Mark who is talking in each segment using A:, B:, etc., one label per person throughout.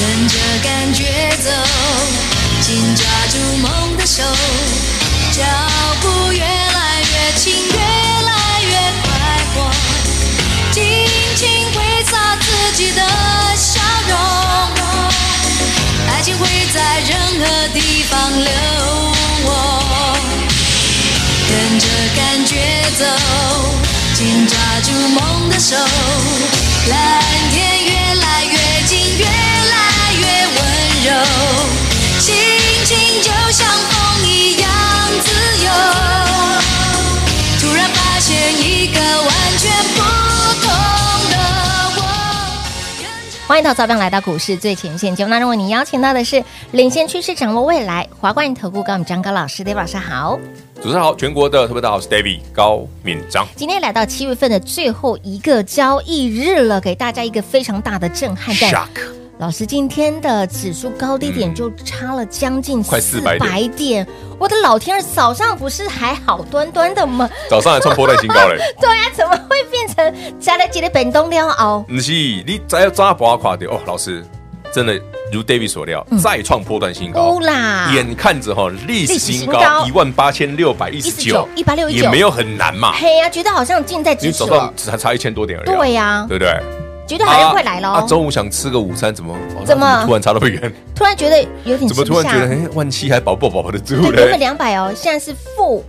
A: 跟着感觉走，紧抓住梦的手，脚步越来越轻，越来越快活，尽情挥洒自己的笑容，爱情会在任何地方流过。跟着感觉走，紧抓住梦的手，蓝天越来越近，越来越温柔，心情就像风一样自由。突然发现一个完全不同的我。
B: 欢迎到早班来到股市最前线节目当中，为您邀请到的是领先趋势、掌握未来华冠投顾高敏章高老师，大家晚上好。
C: 主持人好，全国的特别大家好，我是 David 高敏章。
B: 今天来到七月份的最后一个交易日了，给大家一个非常大的震撼弹。
C: Shark
B: 老师，今天的指数高低点就差了将近
C: 快400
B: 百点，我的老天儿，早上不是还好端端的吗？
C: 早上还创破蛋新高嘞，
B: 对呀、啊，怎么会变成加了哦几的本东撩熬？
C: 不是你再抓不要垮掉哦，老师真的如 David 所料，再创破蛋新高
B: 欧。啦，
C: 眼看着哈历史新
B: 历史新高
C: 高一万八千六百一十九，
B: 189
C: 也没有很难嘛，
B: 嘿呀、觉得好像近在
C: 你
B: 咫尺
C: 早
B: 了
C: 上，只还差一千多点而已啊，
B: 哎对呀、
C: 哦对不对？
B: 觉得好像快来了、哦
C: 啊，中午想吃个午餐，怎么哦
B: 怎么
C: 那突然差那么远？
B: 突然觉得有点
C: 怎
B: 吃
C: 么突
B: 不
C: 然
B: 下
C: 觉得，哎，万七还保不保得住
B: 对，原本
C: 嘞？
B: 两百哦，现在是负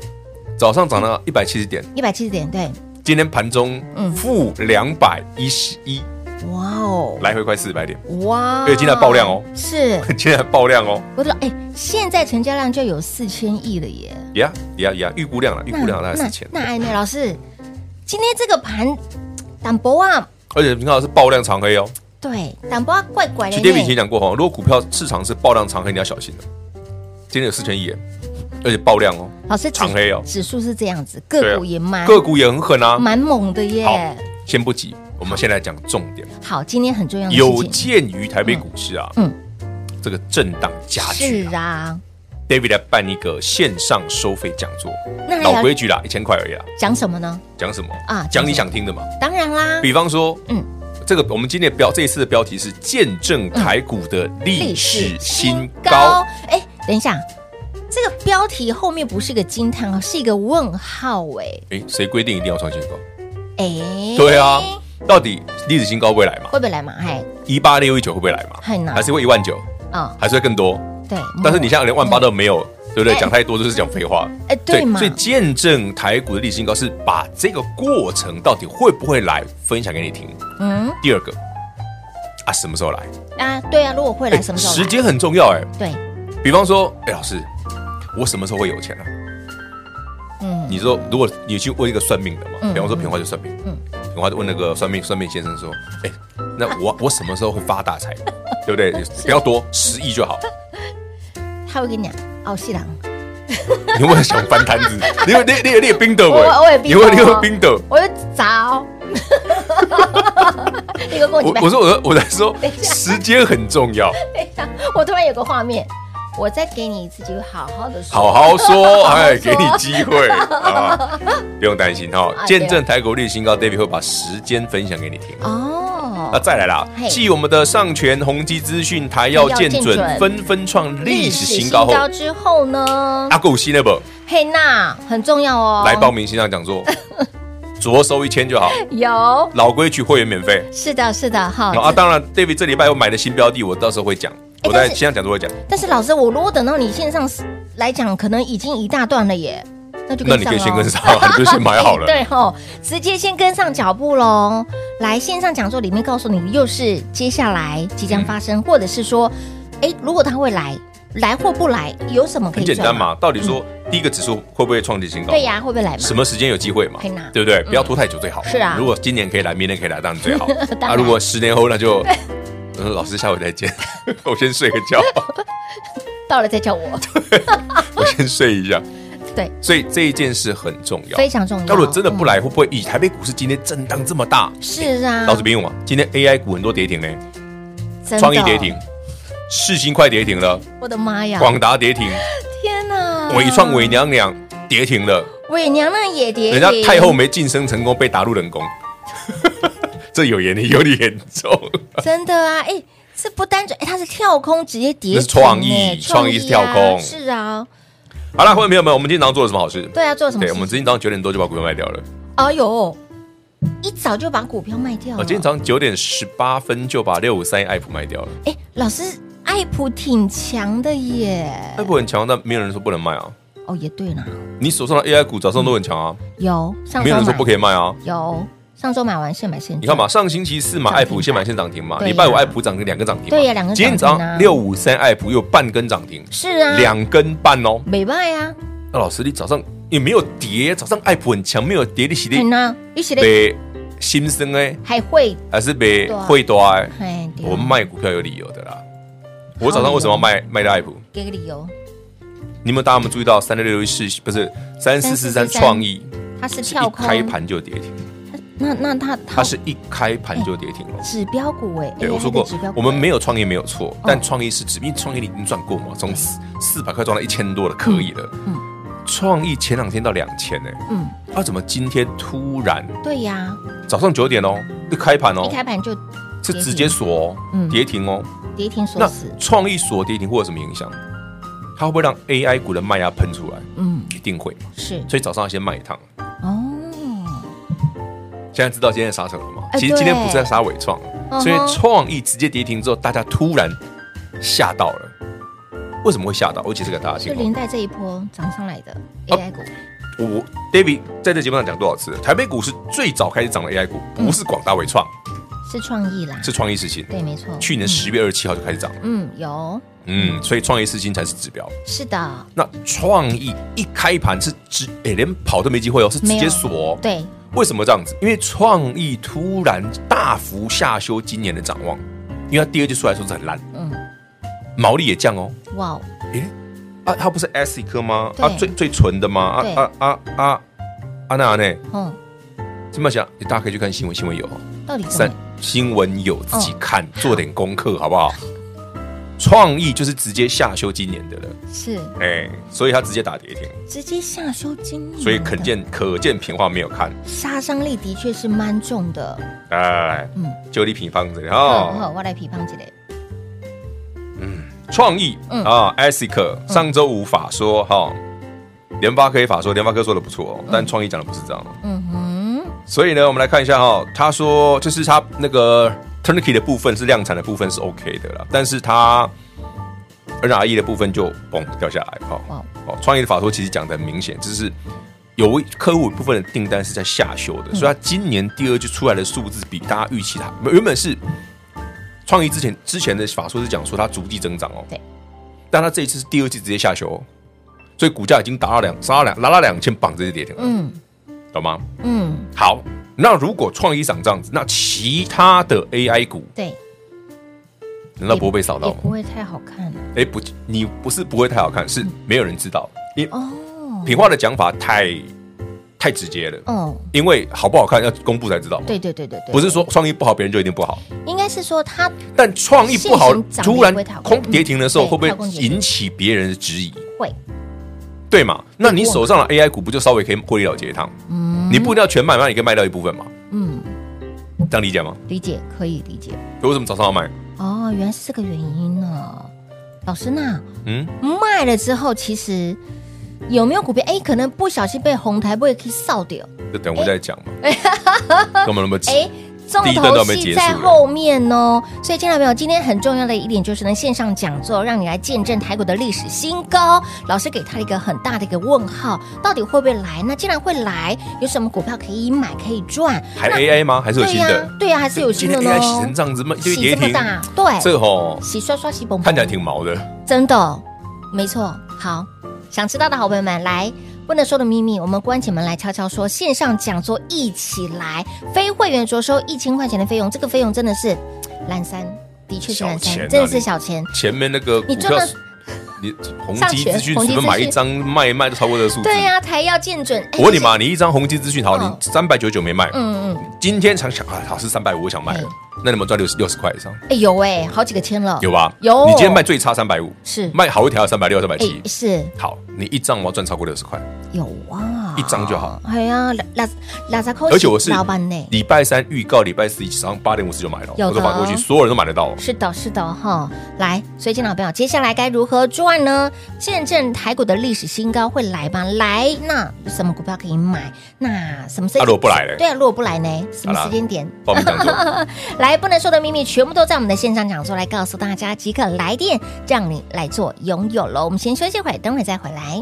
C: 早上涨了一百七十点，
B: 一百七十点，对，
C: 今天盘中
B: 嗯
C: 负两百一十一，
B: 哇哦，
C: 来回快四百点。
B: 哇，
C: 而且今天还爆量哦，
B: 是，
C: 现在爆量哦，
B: 我说，哎，现在成交量就有四千亿了耶，
C: 呀呀呀，预估量了，预估量大概四千。
B: 那那艾美老师，今天这个盘，胆博啊，
C: 而且你看是爆量长黑哦。
B: 对，胆博啊，怪怪的
C: 其
B: 呢，
C: 实 David 以前讲过哈，哦如果股票市场是爆量长黑，你要小心了。今天有四千亿耶，而且爆量哦，
B: 老师指
C: 长黑哦
B: 指数是这样子，
C: 对
B: 个
C: 啊
B: 股也蛮
C: 个股也很狠啊。
B: 蛮猛的
C: 好
B: 耶。，
C: 先不急，我们先来讲重点。
B: 好，今天很重要的
C: 有
B: 事情
C: 鉴于台北股市啊，
B: 嗯
C: 嗯，这个震荡加剧
B: 是
C: 啊
B: 啊，
C: ，David 来办一个线上收费讲座，
B: 那还
C: 老
B: 要
C: 规矩啦，一千块而已啊啦。
B: 讲什么呢？
C: 讲什么
B: 啊
C: 啊？讲
B: 讲
C: 你
B: 什
C: 想听的嘛。
B: 当然啦，
C: 比方说，
B: 嗯
C: 嗯，这个我们今天的标这一次的标题是见证台股的历史新高。。
B: 哎，等一下，这个标题后面不是个惊叹号，是一个问号哎
C: 诶，谁规定一定要创新高？
B: 哎。
C: 对啊，到底历史新高会不会来嘛？
B: 会不会来嘛？嘿，
C: 一八六一九会不会来嘛？
B: 很难
C: 还是会一万九，
B: 啊，
C: 还是会更多？
B: 对。
C: 但是你现在连万八都没有，对不对？
B: 哎
C: 讲太多就是讲废话。
B: 哎对嘛
C: 所以见证台股的历史新高是把这个过程到底会不会来分享给你听。
B: 嗯
C: 第二个啊，什么时候来？
B: 啊，对啊，如果会来，什么时候
C: 哎
B: 来？
C: 时间很重要哎。
B: 对，
C: 比方说，哎，老师，我什么时候会有钱啊？
B: 嗯，
C: 你说，如果你去问一个算命的嘛，
B: 嗯
C: 比方说平花就算命，
B: 嗯
C: 嗯，平花就问那个算命算命先生说，哎、那我 我什么时候会发大财， 对不对？不要多，十亿就好。
B: 他会跟你讲奥西郎，
C: 你为了想翻摊 子，你有你你你也冰斗
B: 我我也
C: 喂，
B: 冰
C: 你
B: 斗
C: 会你
B: 哦
C: 会冰斗。
B: 我就 找，一个过
C: 我
B: 几百
C: 我。说我说我在 说
B: 等一下
C: 时间很重要，
B: 等一下，我突然有个画面，我再给你一次机会，好好的说。
C: 好 好说，哎，
B: 说
C: 给你机会 啊，不用担心哈
B: 啊。
C: 见证台股历史新高，David 会把时间分享给你听。那
B: 哦，
C: 啊再来啦
B: 嘿，
C: 继我们的上权、宏基资讯、台药、
B: 台药
C: 建
B: 建
C: 准
B: 准
C: 纷纷创历史新高后
B: 历，史哦之后呢？
C: 阿狗西那本
B: 嘿娜很重要哦，
C: 来报名线上 讲座，着收一千就好，
B: 有。
C: 老规矩会员免费。
B: 是的，是的，哈、
C: 啊，当然，David 这礼拜我买的新标的，我到时候会讲，我
B: 哎但
C: 在
B: 是
C: 线上讲座会讲，
B: 但是老师，我如果等到你线上来讲，可能已经一大段了耶，那就
C: 那
B: 跟上
C: 你可以先
B: 咯哎
C: 跟上啊，你就先买好了。
B: 对吼、直接先跟上脚步喽。来线上讲座里面告诉你，又是接下来即将
C: 嗯
B: 发生，或者是说，哎，如果他会来，来或不来，有什么可
C: 很
B: 以
C: 简
B: 赚
C: 单嘛，哦
B: 吗？
C: 道理说第一个指数会不会创新新高？
B: 嗯对呀，会不会来嘛？
C: 什么时间有机会嘛
B: 可以拿？嗯
C: 对不对？不要拖太久最好。
B: 是啊。
C: 如果今年可以来，明年可以来，当然最好
B: 当然
C: 啊，如果十年后那就，呃老师下回再见， 我先睡个 觉，
B: 到了再叫我，
C: 哦我先睡一下。
B: 对，
C: 所以这一件事很重要，
B: 非常重要。
C: 那如果真的不来，会不会以台北股市今天震荡这么大？
B: 是啊
C: 欸老子别用啊，今天 AI 股很多跌停呢，
B: 嗯，真的
C: 创意跌停，，世新快跌停了，
B: 我的妈呀！嗯
C: 广达跌停，
B: 天哪，
C: 伟创伟娘娘跌停了，
B: 伪娘那也跌停，
C: 人家太后没晋升成功，被打入冷宫， 这有严有点严重。
B: 真的啊，哎、这不单纯，哎、它是跳空直接跌停、
C: 那
B: 哎
C: 是创意创意是跳
B: 啊
C: 空
B: 是啊，
C: 好了，各位朋友们，我们今天早上做了什么好事？
B: 对啊，做了什么
C: 对，
B: 事？
C: 我们今天早上九点多就把股票卖掉了，
B: 哎呦，一早就把股票卖掉了。
C: 啊哦我今天早上九点十八分就把六五三爱普卖掉了。
B: 哎、老师，爱普挺强的耶。
C: 爱普很强，但没有人说不能卖啊。
B: 哦，也对啦，
C: 你手上的 AI 股早上都很强啊，
B: 有嗯上周
C: 没有人说
B: 买
C: 不可以卖啊。
B: 有上周买完现买现赚，
C: 你看嘛，上星期四嘛，
B: 涨停
C: 爱普先买先涨停嘛，
B: 对呀
C: 礼拜五爱普涨停两个涨停嘛，
B: 对呀两个涨停啊
C: 今天早上六五三爱普又半根涨停，
B: 是啊，
C: 两根半哦。
B: 美卖啊，
C: 那老师，你早上也没有跌，早上爱普很强，没有跌，你是
B: 很
C: 的
B: 呢，哎一起的
C: 被心生哎，
B: 还会
C: 还是被
B: 对啊
C: 会多哎？
B: 哎，对
C: 我卖股票有理由的啦。我早上为什么要卖卖到爱普？
B: 给个理由，
C: 你们大家有没有注意到三六六一四不是三四四三
B: 3443
C: 创意
B: 它是
C: 是
B: 跳
C: 一
B: 空，
C: 开盘就跌停，
B: 那那它
C: 它是一开盘就跌停了。
B: 指标股哎，
C: 对，
B: AI
C: 我说过
B: 的指标，股
C: 我们
B: 哎
C: 没有创业没有错，但创意是指，因为创业你已经赚过嘛，从四四百块赚到一千多了，可以了。
B: 嗯
C: 创意前两天到两千呢，
B: 嗯，
C: 啊，怎么今天突然
B: 对呀，
C: 早上九点哦，一开盘
B: 一
C: 哦，
B: 开盘就是跌
C: 直
B: 停
C: 接锁
B: 嗯
C: 哦，跌停哦。
B: 跌停锁
C: 那
B: 死，
C: 创意锁跌停会有什么影响？它会不会让 AI 股的卖压喷出来？
B: 嗯，
C: 一定会嘛，
B: 是
C: 所以早上要先卖一趟。
B: 哦，
C: 现在知道今天在杀什么了吗？
B: 哎
C: 其实今天
B: 对
C: 不是在杀伟创
B: 嗯，哼
C: 所以创意直接跌停之后，大家突然吓到了。为什么会吓到？我解释给大家
B: 就
C: 听
B: 连
C: 哦。
B: 带这一波涨上来的
C: 哦
B: AI 股，
C: 我 David 在这节目上讲多少次了？台北股市最早开始涨的 AI 股，不是广大伟创，
B: 是创意啦，
C: 是创意事情。
B: 嗯对，没错，
C: 去年
B: 嗯
C: 十月二十七号就开始涨了，
B: 嗯，有，
C: 嗯，所以创意事情才是指标。
B: 是的，
C: 那创意一开盘是直，哎，连跑都没机会哦，是直
B: 没有
C: 接锁哦。
B: 对，
C: 为什么这样子？因为创意突然大幅下修今年的展望，因为它第二季出来的时候是很烂，
B: 嗯，
C: 毛利也降哦。
B: 哇哦，
C: 诶，啊，它不是 S 一颗吗？
B: 对
C: 啊，最最纯的吗？
B: 对
C: 啊啊啊啊啊那呢？
B: 嗯，
C: 这么想，你大家可以去看新闻，新闻有哦
B: 到底怎
C: 三
B: 么？嗯
C: 新闻有自己看，做点功课好不好？创意就是直接下修今年的了，
B: 是
C: 哎、所以它直接打跌停，
B: 直接下修金融的，
C: 所以可见可见平话没有看，
B: 杀伤力的确是蛮重的。
C: 来来来，
B: 嗯，
C: 哎就你平方这里
B: 好，
C: 哦，
B: 好，我来批判一下。
C: 创意
B: 嗯
C: 啊，ASIC 上周五法说哈，联发科也法说，联发科说的不错哦，但创意讲的不是这样哦。
B: 嗯哼，
C: 所以呢，我们来看一下哈，他说就是他那个 turnkey 的部分是量产的部分是 OK 的啦，但是他 NRE E 的部分就嘣掉下来哈。
B: 哇
C: 哦，创意的法说其实讲的很明显，就是有一客户部分的订单是在下修
B: 嗯
C: 的，所以他今年第二季出来的数字比大家预期的还原本是创意之前之前的法说是讲说它逐季增长哦，
B: 对，
C: 但他这一次是第二季直接下修、哦，所以股价已经达到两杀到两拉到两千磅这些跌停了，
B: 嗯
C: 懂吗？
B: 嗯，
C: 好，那如果创意涨这样子，那其他的 AI 股
B: 对，
C: 难道不会被扫到
B: 也
C: 吗？
B: 不会太好看
C: 哎，不，你不是不会太好看，是没有人知道。因
B: 嗯哦。
C: 品化的讲法太太直接了，
B: 哦，
C: 因为好不好看要公布才知道嘛。
B: 对对对对对，
C: 不是说创意不好，别人就一定不好。
B: 应该是说它
C: 但创意不好
B: 现行，涨
C: 突
B: 也
C: 然
B: 不会太好看
C: 空跌停的时候，
B: 嗯对
C: 会不
B: 跳空
C: 会
B: 跌停
C: 引起别人的质疑？
B: 会，
C: 对嘛？那你手上的 AI 股不就稍微可以获利了结一趟？
B: 嗯
C: 你不一定要全买嘛，你可以卖掉一部分嘛，
B: 嗯，
C: 这样理解吗？
B: 理解可以理解。
C: 为什么早上要卖？
B: 哦，原来是这个原因呢。老师那
C: 嗯，
B: 卖了之后，其实有没有股票？哎，可能不小心被红台被可以扫掉。
C: 就等我再讲 嘛。干嘛那么急？
B: 哎，重
C: 第一段都
B: 头
C: 还没
B: 戏
C: 结束
B: 在
C: 了
B: 后面哦。所以，亲爱的朋友，今天很重要的一点就是呢，线上讲座让你来见证台股的历史新高。老师给他了一个很大的一个问号，到底会不会来？那既然会来，有什么股票可以买可以赚？
C: 还
B: 那
C: AI 吗？还是有
B: 对
C: 新
B: 呀、
C: 的？
B: 对呀、还是有新的
C: 今
B: 呢
C: 天。AI 洗成这样子，嘛，就
B: 洗
C: 跌
B: 这么
C: 停，
B: 大，对，
C: 这吼
B: 洗刷刷洗蹦蹦，哦
C: 看起来挺毛的。
B: 真的，没错。好，想知道的好朋友们，来不能说的秘密，我们关起门来悄悄说，线上讲座一起来，非会员着收一千块钱的费用，这个费用真的是懒三，的确是懒
C: 小钱
B: 三，
C: 啊
B: 真的是
C: 你
B: 小钱。
C: 前面那个股
B: 你
C: 票
B: 赚了
C: 是，你宏
B: 上
C: 基
B: 学
C: 资讯
B: 宏基
C: 随便买
B: 资
C: 一
B: 讯
C: 张卖一卖都超过这个数字。
B: 对呀、才要见准。哎
C: 我问你嘛，，你一张宏基资讯好，
B: 嗯
C: 你三百九九没卖，
B: 嗯嗯，
C: 今天想想啊，老师三百五，我想卖了
B: 嗯，
C: 那你们赚六十六十块以上
B: 哎、有哎、好几个千了，
C: 有吧？
B: 有
C: 你今天卖最差三百五，
B: 是
C: 卖好一条三百六、三百
B: 哎、
C: 七。
B: 是
C: 好，你一张我要赚超过六十块，
B: 有啊，
C: 一张就好。
B: 哎呀，拉拉拉萨扣，
C: 而且我是
B: 老板呢，
C: 礼拜三预告，礼拜四早上八点五十就买了，
B: 有的
C: 我都买过去，
B: 哦
C: 所有人都买得到哦。
B: 是的，是的哈。来，所以，亲老朋友，接下来该如何赚呢？见证台股的历史新高会来吗？来，那什么股票可以买？那什么时
C: 啊如果不来嘞
B: 对啊，如果不来呢？什么
C: 好啦
B: 时间点？
C: 报名讲座，
B: 来，不能说的秘密全部都在我们的线上讲座来告诉大家，即刻来电让你来做拥有喽。我们先休息会儿，等会儿再回来。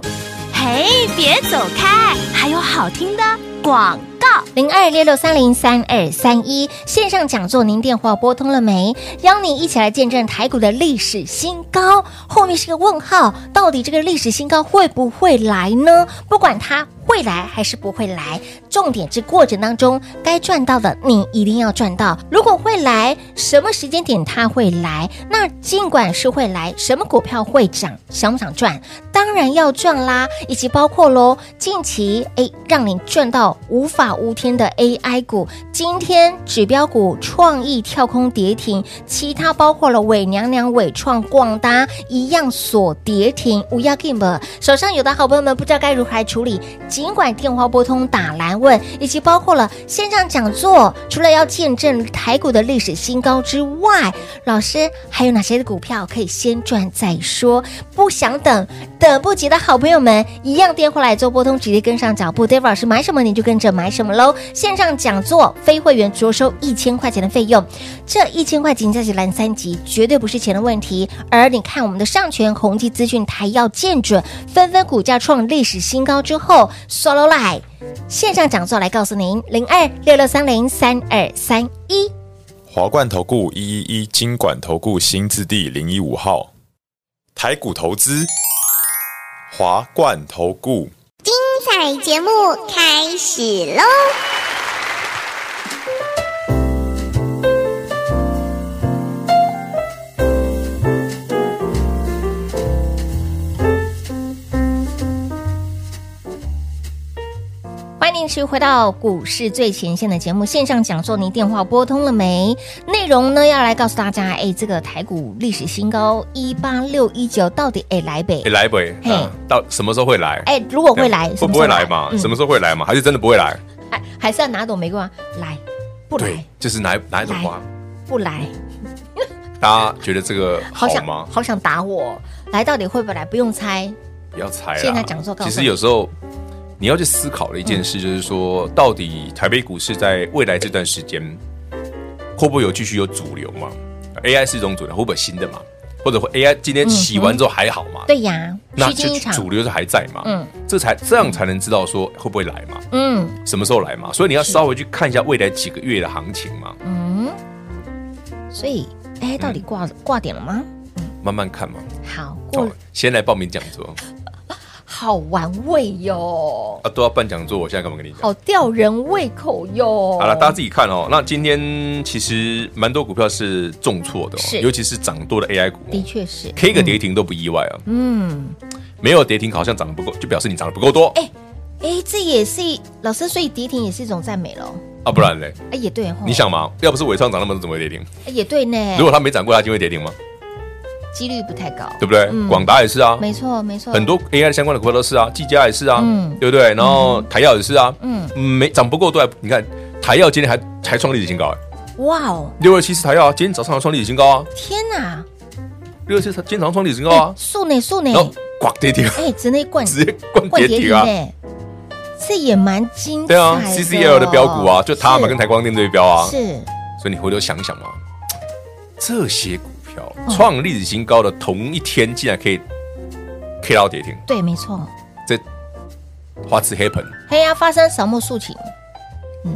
D: 嘿，别走开，还有好听的广告。
B: 零二六六三零三二三一线上讲座，您电话拨通了没？邀你一起来见证台股的历史新高，后面是个问号，到底这个历史新高会不会来呢？不管它会来还是不会来，重点是过程当中该赚到的你一定要赚到。如果会来，什么时间点它会来？那尽管是会来，什么股票会涨，想不想赚？当然要赚啦，以及包括喽，近期诶，哎让你赚到无法无天的 AI 股，今天指标股创意跳空跌停，其他包括了伟娘娘、伟创、广达一样锁跌停，乌鸦 game 手上有的好朋友们不知道该如何来处理，尽管电话拨通打来问，以及包括了线上讲座，除了要见证台股的历史新高之外，老师还有哪些的股票可以先赚再说？不想等、等不及的好朋友们，一样电话来做拨通，直接跟上脚步。David 老师买什么你就跟着买什么喽。线上讲座非会员着收一千块钱的费用，这一千块钱在是蓝三级，绝对不是钱的问题。而你看我们的上权宏基资讯台要见准，纷纷股价创历史新高之后，Solo Live 线上讲座来告诉您零二六六三零三二三一。
E: 华冠投顾一一一金管投顾新字第零一五号，台股投资，华冠投顾。
F: 彩节目开始喽！
B: 欢迎持续回到股市最前线的节目线上讲座，您电话拨通了没？内容呢要来告诉大家，哎，这个台股历史新高一八六一九到底哎来北
C: 哎，来呗，
B: 嘿
C: 啊到什么时候会来？
B: 哎，如果会来，
C: 会
B: 什么
C: 不
B: 时候
C: 会来嘛？
B: 嗯
C: 什么时候会来嘛？还是真的不会来？
B: 还哎还是要拿懂玫瑰花啊来不来，
C: 就是哪一哪一种
B: 来
C: 花？
B: 不来？
C: 大家觉得这个
B: 好
C: 好
B: 想
C: 吗？
B: 好想打我，来到底会不会来？不用猜，
C: 不要猜啦。啊
B: 现在讲座告诉
C: 其
B: 你
C: 实有时候你要去思考的一件事，就是说，到底台北股市在未来这段时间会不会有继续有主流嘛？AI 是一种主流，会不会有新的嘛？或者会 AI 今天洗完之后还好嘛？
B: 嗯对呀，
C: 那
B: 虚
C: 就
B: 惊一场，
C: 主流是还在嘛？
B: 嗯
C: 这才这样才能知道说会不会来嘛？
B: 嗯
C: 什么时候来嘛？所以你要稍微去看一下未来几个月的行情嘛，
B: 嗯，所以哎，到底
C: 嗯
B: 挂挂点了吗？
C: 慢慢看嘛。
B: 好，
C: 好
B: 过，
C: 先来报名讲座
B: 好玩味哟。
C: 啊，都要办讲座，我现在干嘛跟你讲？
B: 好吊人胃口哟。
C: 好了，大家自己看哦。那今天其实蛮多股票是重挫的、哦
B: 是，
C: 尤其是涨多的 AI 股、哦
B: 的确是，
C: K 个跌停都不意外啊。
B: 嗯，
C: 没有跌停好像涨得不够，就表示你涨得不够多、
B: 哎哎，这也是一老师，所以跌停也是一种赞美喽。
C: 啊，不然嘞，
B: 哎，也对哈，
C: 你想嘛，要不是伟创涨那么多，怎么会跌停？
B: 哎也对呢，
C: 如果它没涨过，它就会跌停吗？
B: 几率不太高，
C: 对不对？广达也是啊，
B: 嗯没错没错，
C: 很多 AI 的相关的股票都是啊，技嘉也是啊，
B: 嗯
C: 对不对？然后台药也是啊，
B: 嗯
C: 嗯，没涨不够多，你看台药今天还还创历史新高、哎，
B: 哇哦，
C: 六二七四台药啊，今天早上还创历史新高啊，
B: 天哪，
C: 六二七今天早上创历史新高啊，
B: 素呢素呢
C: 然，后呱跌停啊，
B: 哎，直接 灌
C: 直接灌跌停啊，
B: 呢，这也蛮精彩
C: 对
B: 的哦。
C: 啊，CCL 的标股啊，就它嘛
B: 是
C: 跟台光电对标啊，
B: 是
C: 所以你回头想想嘛，这些股票
B: 哦
C: 创历史新高的同一天，竟然可以 K 到跌停，
B: 对，没错。
C: 这花痴黑盆。
B: 黑呀，发生扫墓竖琴，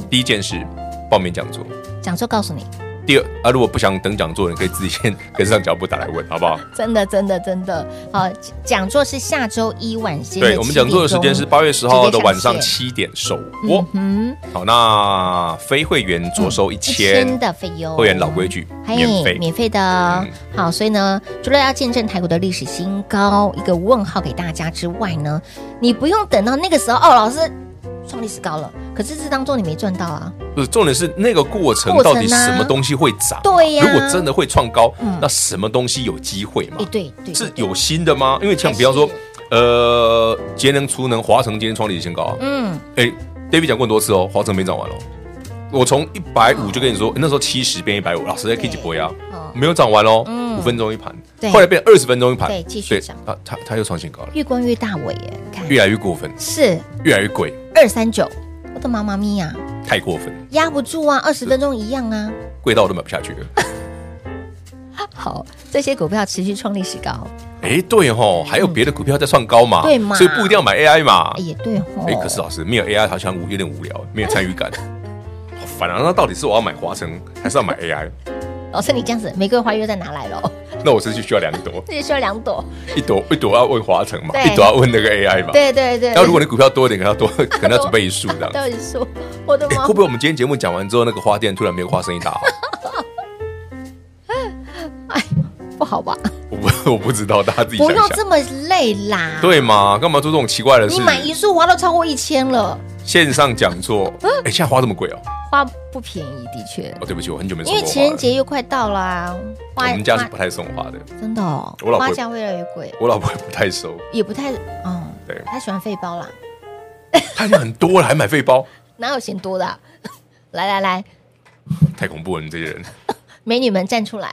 C: 第一件事，报名讲座，
B: 讲座告诉你，
C: 第二啊，如果不想等讲座，你可以自己先 跟上脚步打来问，好不好？
B: 真的，真的，真的，好，讲座是下周一晚间的7点钟。
C: 对我们讲座的时间是八月十号的晚上七点首播。
B: 嗯，
C: 好，那非会员着嗯收一
B: 一
C: 千、
B: 千的费用，
C: 会员老规矩，
B: 嘿，
C: 免费。嗯
B: 免费的哦。好，所以呢，除了要见证台股的历史新高，一个问号给大家之外呢，你不用等到那个时候哦，老师创历史高了，可是这当中你没赚到啊。
C: 不是呃重点是那个过程
B: 过程啊
C: 到底什么东西会
B: 啊
C: 涨？
B: 对呀
C: 如果真的会创高
B: 嗯，
C: 那什么东西有机会嘛
B: 哎，？对对，
C: 是有新的吗？因为像比方说，呃，节能储能，华城今天创历史新高啊。
B: 嗯，
C: 哎，David 讲过很多次哦，华城没涨完哦。我从一百五就跟你说，那时候七十变一百五，老师在 K 几波呀
B: 哦，
C: 没有涨完哦，
B: 嗯
C: 五分钟一盘
B: 对，
C: 后来变二十分钟一盘，
B: 对继续涨
C: 它它它又创新高了，
B: 越光越大尾耶，看
C: 越来越过分，
B: 是
C: 越来越贵，
B: 二三九，我的妈妈咪呀、
C: 太过分，
B: 压不住啊，二十分钟一样啊。
C: 贵到我都买不下去了。
B: 好，这些股票持续创历史高，
C: 哎，对哦，还有别的股票在创高嘛，
B: 嗯对嘛
C: 所以不一定要买 AI 嘛
B: 哎。也对哦。
C: 哎，可是老师没有 AI 好像无有点无聊，没有参与感， 好烦啊！那到底是我要买华城，还是 要买 AI？
B: 老师你这样子，玫瑰花又再拿来了，
C: 那我是就需要两朵，
B: 这需要两朵。
C: 一朵一朵要问华城嘛，
B: 对
C: 一朵要问那个 AI 嘛。
B: 对啊对对，
C: 那如果你股票多一点，可能要多，可能要准备一束这样子。
B: 到底说我的
C: 哎
B: 妈
C: 会不会我们今天节目讲完之后，那个花店突然没有花生意 大好？
B: 不好吧？
C: 我不 我不知道，大家自己
B: 不
C: 想
B: 用
C: 想。
B: 这么累啦。，
C: 对嘛？干嘛做这种奇怪的事
B: 你？买一束花都超过一千了，
C: 线上讲座，
B: 嗯
C: 哎，现在花这么贵哦？
B: 花不便宜，的确。
C: 哦，对不起，我很久没送
B: 因为
C: 过花
B: 情人
C: 了。
B: 节又快到了啊，花
C: 我们家是
B: 花
C: 不太送花的，
B: 真的哦，
C: 我老婆
B: 花价越来越贵，
C: 我老婆也不太收，
B: 也不太嗯，
C: 对
B: 她喜欢费包啦，
C: 她已经很多了，还买费包，
B: 哪有嫌多的啊？ 来来来，
C: 太恐怖了！你们这些人，
B: 美女们站出来，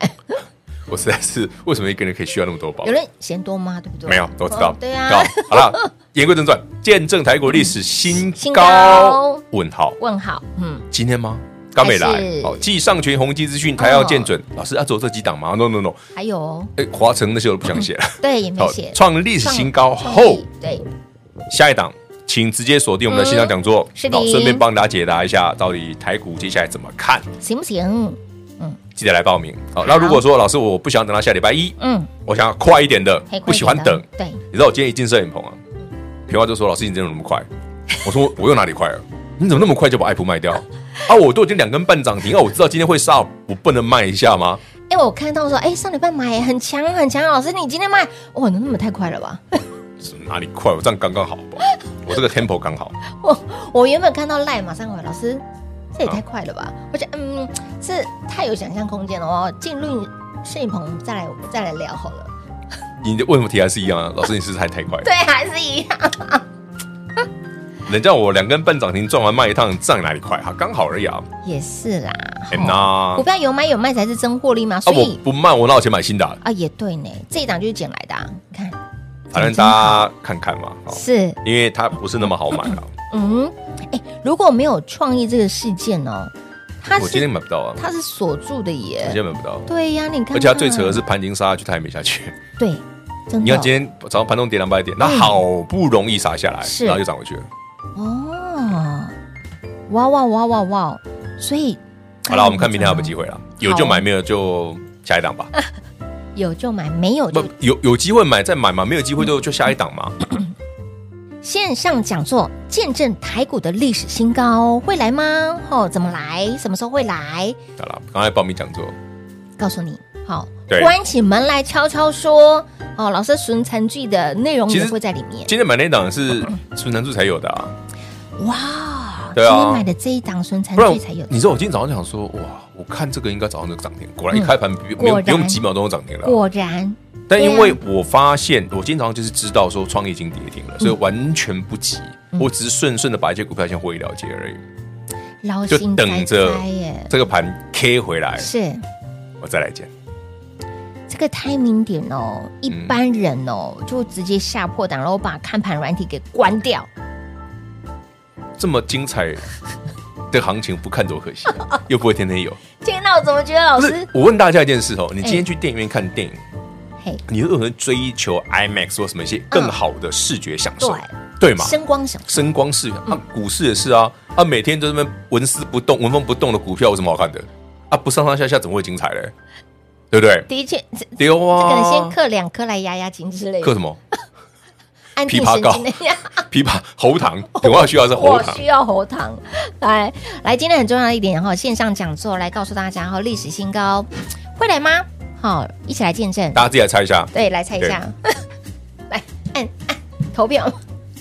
C: 我实在是为什么一个人可以需要那么多包
B: 有？人嫌多吗？对不对？
C: 没有，我知道
B: 哦。对
C: 好
B: 啊，，嗯
C: 好了， 言归正传，见证台股历史新
B: 新
C: 高
B: 高。
C: 问号，
B: 问好，嗯，
C: 今天吗？刚没
B: 还
C: 来
B: 是。哦
C: 好，继上群宏基资讯，台要见准。老师要走这几档吗？No No No。
B: 还有哦，
C: 哎，华城那些我都不想写了。
B: 对，也没
C: 好
B: 写，
C: 哦创历史
B: 创
C: 新高
B: 嗯创
C: 后
B: 意，对，
C: 下一档，请直接锁定我们的线上讲座。
B: 是的
C: 好顺便帮大家解答一下，到底台股接下来怎么看？
B: 行不行？
C: 记得来报名。好，那如果说老师我不想等到下礼拜一，
B: 嗯，
C: 我想要快一点的
B: 可以，
C: 不
B: 快一点的
C: 喜欢等。
B: 对，
C: 你知道我今天一进摄影棚啊，平花就说：“老师，你怎么那么快？”我说：“ 我又哪里快了？你怎么那么快就把爱普卖掉？ 啊，我都已经两根半涨停啊，我知道今天会杀，我不能卖一下吗？
B: 哎，我看到说，哎，上礼拜买很强很强，老师你今天卖，哇，那么太快了吧？
C: 什么哪里快？我这样刚刚好，好不好？我这个 tempo 刚好。
B: 我我原本看到赖，马上回老师，这也太快了吧？我觉得嗯，这太有想象空间了哦。进入摄影棚再来再来聊好了。
C: 你的问题还是一样啊，老师，你是不是还太快？
B: 对，还是一样。
C: 人家我两根半涨停赚完卖一趟，这样哪里快？哈，刚好而已啊。
B: 也是啦，
C: 哎
B: 吼
C: 呐
B: 股票有买有卖才是真获利嘛，
C: 啊，
B: 哦所
C: 我
B: 以。
C: 不卖，我哪哦有钱买新的啊？
B: 啊，也对呢，这一档就是捡来的、啊，你看
C: 反正大家看看嘛，好，
B: 是，
C: 因为它不是那么好买啊。
B: 嗯，哎，如果没有创意这个事件哦，它
C: 我今天
B: 是
C: 买不到啊，
B: 它是锁住的耶，
C: 我今天买不到。
B: 对呀、你看看，
C: 而且它最扯的是盘金杀下去，它也没下去。
B: 对，真的，
C: 你看今天早上盘中跌两百点，那好不容易杀下来，
B: 嗯是
C: 然后又涨回去了。
B: 哦，哇哇哇哇哇，所以
C: 好了，我们看明天还有没有机会
B: 嗯
C: 了，有就买，没有就下一档吧。
B: 有就买，没有
C: 不
B: 就，
C: 有有机会买再买嘛，没有机会就就下一档嘛。
B: 线上讲座见证台股的历史新高，会来吗？哦，怎么来？什么时候会来？
C: 好了，刚才报名讲座，
B: 告诉你，好，
C: 对
B: 关起门来悄悄说，哦，老师孙残句的内容
C: 其
B: 也
C: 实
B: 会在里面。
C: 今天买那档是孙楠柱才有的啊，
B: 哇，
C: 对啊
B: 今天买的这一档孙残
C: 不然
B: 句才有的，
C: 你知道我今天早上想说，哇，我看这个应该早上就涨停，果然一开盘不
B: 嗯果
C: 没有
B: 然
C: 不用几秒钟就涨停了。
B: 果然
C: 但因为
B: 啊
C: 我发现我今天早上就是知道说创意已经跌停了，
B: 嗯
C: 所以完全不急，我只是顺顺的把一些股票先获利了结而已，
B: 劳
C: 就
B: 心
C: 等
B: 哉
C: 着哎
B: 哉耶，
C: 这个盘 K 回来，
B: 是。
C: 我再来见。
B: 这个 timing 点哦，一
C: 嗯
B: 般人哦、就直接下破档，然后把看盘软体给关掉。
C: 这么精彩的行情不看多可惜， 又不会天天有。
B: 听到我怎么觉得老
C: 不
B: 师嗯
C: 是，我问大家一件事哦，你今天去电影院看电影，
B: 嘿
C: 你会有人追求 IMAX 或什么一些更
B: 嗯
C: 好的视觉享受，对嘛？
B: 声光小
C: 声光
B: 嗯
C: 视觉啊，股市也是啊，啊，每天都这么纹丝不动、纹风不动的股票有什么好看的？啊，不上上下下怎么会精彩嘞？对不对？
B: 的确，这这
C: 丢啊！
B: 可能先刻两颗来压压惊之类
C: 刻
B: 的，
C: 什么？
B: 安
C: 枇
B: 定
C: 杷
B: 神
C: 膏
B: 经的呀。
C: 枇杷喉 糖，我要需要的是 喉
B: 我
C: 糖
B: 需。要喉糖。来来，今天很重要的一点哈，线上讲座来告诉大家哈，历史新高会来吗？好，一起来见证。
C: 大家自己来猜一下，
B: 对，来猜一下， 来按按投票，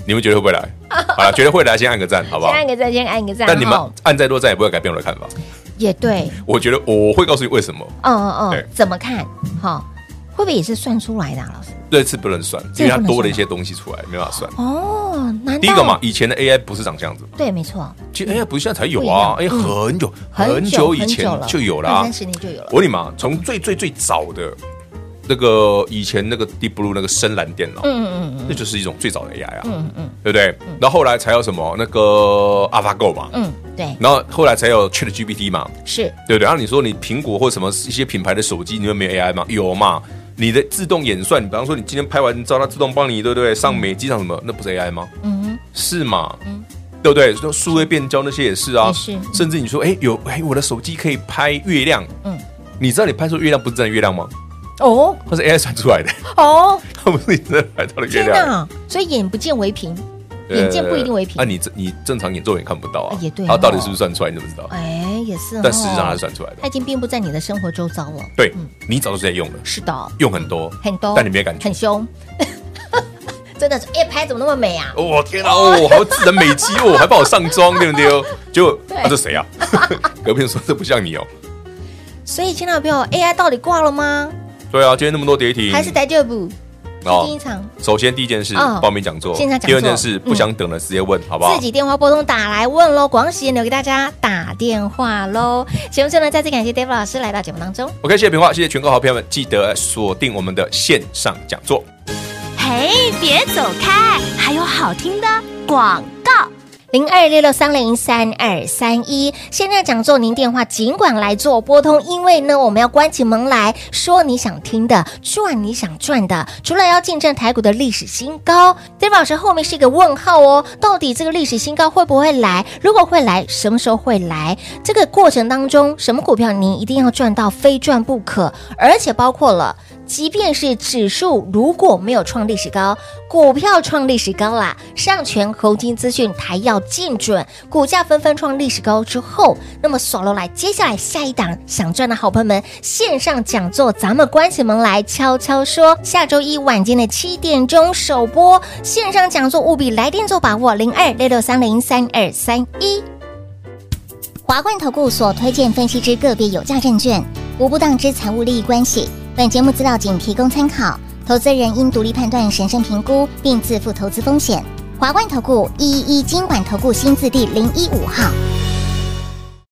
C: 你们觉得会不会 来？好了，觉得会来，先按个赞，好不
B: 先
C: 好？
B: 按个赞，先按个赞。
C: 但你们
B: 哈
C: 按再多赞也不会改变我的看法。
B: 也对，
C: 我觉得我会告诉你为什么
B: 嗯嗯
C: 对
B: 嗯，怎么看？哈，会不会也是算出来的、啊，老师？
C: 这次不能算，因为它多了一些东西出来，没办法算。
B: 哦，难道
C: 第一个嘛，以前的 AI 不是长这样子，
B: 对，没错，
C: 其实 AI 不是现在才有啊，
B: 不一
C: 哎，
B: 样嗯
C: 很久
B: 很
C: 久以
B: 很
C: 前
B: 了
C: 就有
B: 二
C: 啦
B: 三。十年就有了。
C: 我跟你嘛，从最最最早的那个以前那个 Deep Blue 那个深蓝电脑，
B: 嗯嗯嗯
C: 那就是一种最早的 AI 啊，
B: 嗯嗯
C: 对不对？然后后来才有什么那个 AlphaGo 嘛，
B: 嗯，对，
C: 然后后来才有 ChatGPT 嘛，
B: 是
C: 对不对？然啊后你说你苹果或什么一些品牌的手机，你们没有 AI 吗？有嘛？你的自动演算，你比方说你今天拍完照，它自动帮你，对不对？上美机上什么，那不是 AI 吗？
B: 嗯
C: 是嘛？对不对？就数位变焦那些也是啊，
B: 也是嗯
C: 甚至你说，哎，有哎，我的手机可以拍月亮，
B: 嗯
C: 你知道你拍出月亮不是真的月亮吗？
B: 哦
C: 它是 AI 算出来的，
B: 哦，
C: 它不是你真的拍到的月
B: 天
C: 亮。
B: 哪！所以眼不见为凭，
C: 对
B: 眼见不一定为凭
C: 啊，。你这你正常眼肉眼看不到
B: 啊
C: 啊，
B: 也对
C: 它
B: 哦
C: 到底是不是算出来，你怎么知道？
B: 哎，也是哦。
C: 但事实上它是算出来的
B: 它，已经遍布在你的生活周遭了。嗯
C: 对你早就在用了，
B: 是的，
C: 用很多，
B: 很多，
C: 但你没感觉
B: 很。凶， 真的是，哎，拍怎么那么美啊？
C: 哦天啊，哦，好自然美肌哦，还帮我上妆，对 不对？结果
B: 对
C: 啊，这谁啊？ 隔壁人说这不像你哦。
B: 所以，亲爱的朋友，AI 到底挂了吗？
C: 对啊，今天那么多跌停，
B: 还是待这步？
C: 哦
B: 是第一场，
C: 首先第一件事
B: 嗯
C: 报名讲座，
B: 线上讲座嗯
C: 第二件事不想等了直接问，好不好
B: 自？己电话拨通打来问喽。广告时间留给大家打电话喽。节目最后呢，再次感谢 David 老师来到节目当中。
C: OK，谢谢平话，谢谢全国好朋友们，记得锁定我们的线上讲座。
D: 嘿，别走开，还有好听的广告。
B: 零二六六三零三二三一，现在讲座您电话尽管来做拨通，因为呢，我们要关起门来说你想听的，赚你想赚的。除了要见证台股的历史新高，David 老师后面是一个问号哦，到底这个历史新高会不会来？如果会来，什么时候会来？这个过程当中，什么股票你一定要赚到，非赚不可，而且包括了。即便是指数如果没有创历史高，股票创历史高啦，上权宏金资讯台要见准，股价纷纷创历史高之后，那么索罗来接下来下一档想赚的好朋友们，线上讲座咱们关起门来悄悄说，下周一晚间的七点钟首播线上讲座，务必来电做把握，零二六六三零三二三一。
F: 华冠投顾所推荐分析之个别有价证券，无不当之财务利益关系。本节目资料仅提供参考，投资人应独立判断、审慎评估，并自负投资风险。华冠投顾一一一金管投顾新字第零一五号。